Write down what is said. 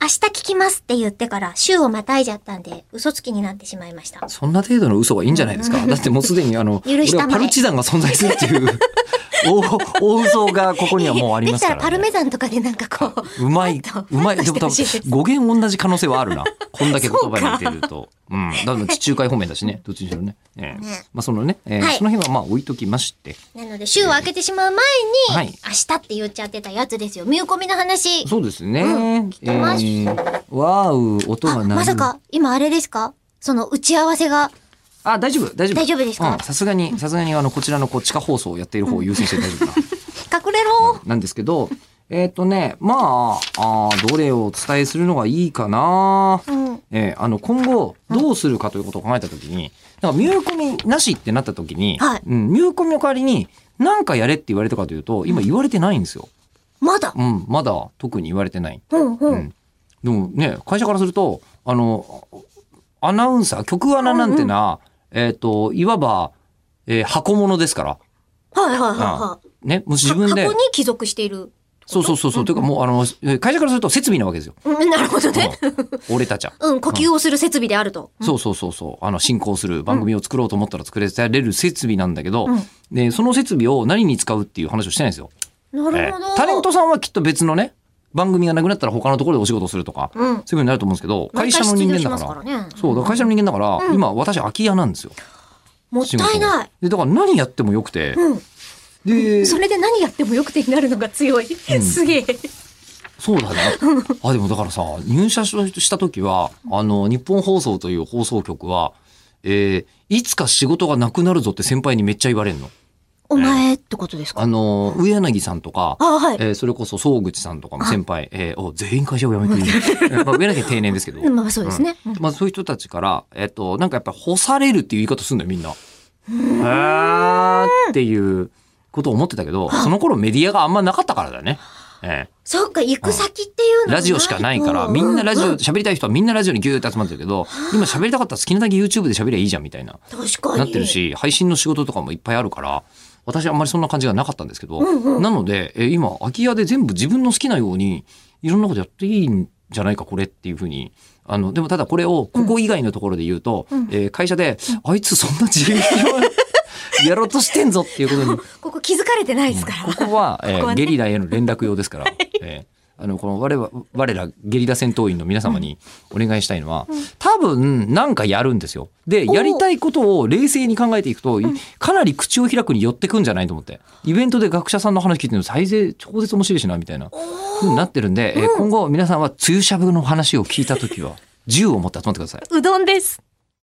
日聞きますって言ってから、週をまたいじゃったんで、嘘つきになってしまいました。そんな程度の嘘はいいんじゃないですか。だってもうすでにあの、 許したまえ俺はパルチザンが存在するっていう、 大、大嘘がここにはもうありますかできら、たらパルね。メザンとかでなんかこう、うまいパッと、うまい。パッでともして多ほしい分です、語源同じ可能性はあるな。こんだけ言葉そにうか入れてる と。うん。だって地中海方面だしね。どっちにしろね。ええねまあそのね、ええはいその辺はまあ置いときまして。 なので、週を明けてしまう前に、はい明日って言っちゃってたやつですよ。見込みの話。そうですね。うんええわーう、音があ、鳴る。まさか、今あれですかその打ち合わせが。あ、大丈夫、大丈夫。大丈夫ですかうんさすがに、さすがに、あの、こちらの、こう、地下放送をやっている方を優先して大丈夫かな。隠れろなんですけど、えっ、とね、まあ、あーどれをお伝えするのがいいかな。うん。えーあの、今後、どうするかということを考えたときに、なんか、見込みなしってなったときに、はいうん、見込みの代わりに、なんかやれって言われたかというと、今言われてないんですよ。まだ。うん、まだ特に言われてない。うんう。うんん。でもね、会社からすると、あの、アナウンサー、曲アナなんてな、えっ、と、いわば、えー箱物ですから。はいはいはいはい。ね、もし自分で過去に。帰属している。そうそうそうそう。というかもう、あの、えー会社からすると設備なわけですよ。うん、なるほどね。うん俺たちは。うん、呼吸をする設備であると。そうそうそうそう。あの、進行する番組を作ろうと思ったら作れれる設備なんだけど、うんで、その設備を何に使うっていう話をしてないんですよ。なるほえど。ータレントさんはきっと別のね、番組がなくなったら他のところでお仕事をするとか、うん。そういうふうになると思うんですけど、会社の人間だ毎回失業しから。ますからね。そう、だから会社の人間だから、うん今私空き家なんですよ。もったいない。で、だから何やってもよくて、うでん。、それで何やってもよくてになるのが強い。んすげえ。そう だね。あ、でもだからさ、入社した時は、あの、日本放送という放送局は、えーいつか仕事がなくなるぞって先輩にめっちゃ言われるの。お前ってことですかあの、上柳さんとか、あ、はい。えーそれこそ総口さんとかも先輩、えーお全員会社を辞めていい えまあ上柳は定年ですけど。うんまあそうですね。うんまあそういう人たちから、えっ、と、なんかやっぱ干されるっていう言い方するんだよ、みんな。あーっていうことを思ってたけど、その頃メディアがあんまなかったからだよね。えそっか、行く先っていうのえがラジオしかないから、とみんなラジうオ、ん喋りたい人はみんなラジオにギューって集まってるけど、今喋りたかったら好きなだけ YouTube で喋りゃいいじゃんみたいな、確かに。なってる。し、配信の仕事とかもいっぱいあるから、私はあんまりそんな感じがなかったんですけど、うんうんなので、え今、空き家で全部自分の好きなように、いろんなことやっていいんじゃないか、これっていうふうに。あの、でもただこれを、ここ以外のところで言うと、うんえー会社で、あいつそんな自由に やろうとしてんぞっていうことに、ここ気づかれてないですから。ここは、えーここはねゲリラへの連絡用ですから、えーあの、この我々、我らゲリラ戦闘員の皆様にお願いしたいのは、多分、なんかやるんですよ。で、おーやりたいことを冷静に考えていくと、いかなり口を開くに寄ってくんじゃないと思って。イベントで学者さんの話聞いてるの、最勢、超絶面白いしな、みたいな、ふうになってるんで、えー今後、皆さんは、梅雨しゃぶの話を聞いたときは、銃を持って集まってください。 うどんです。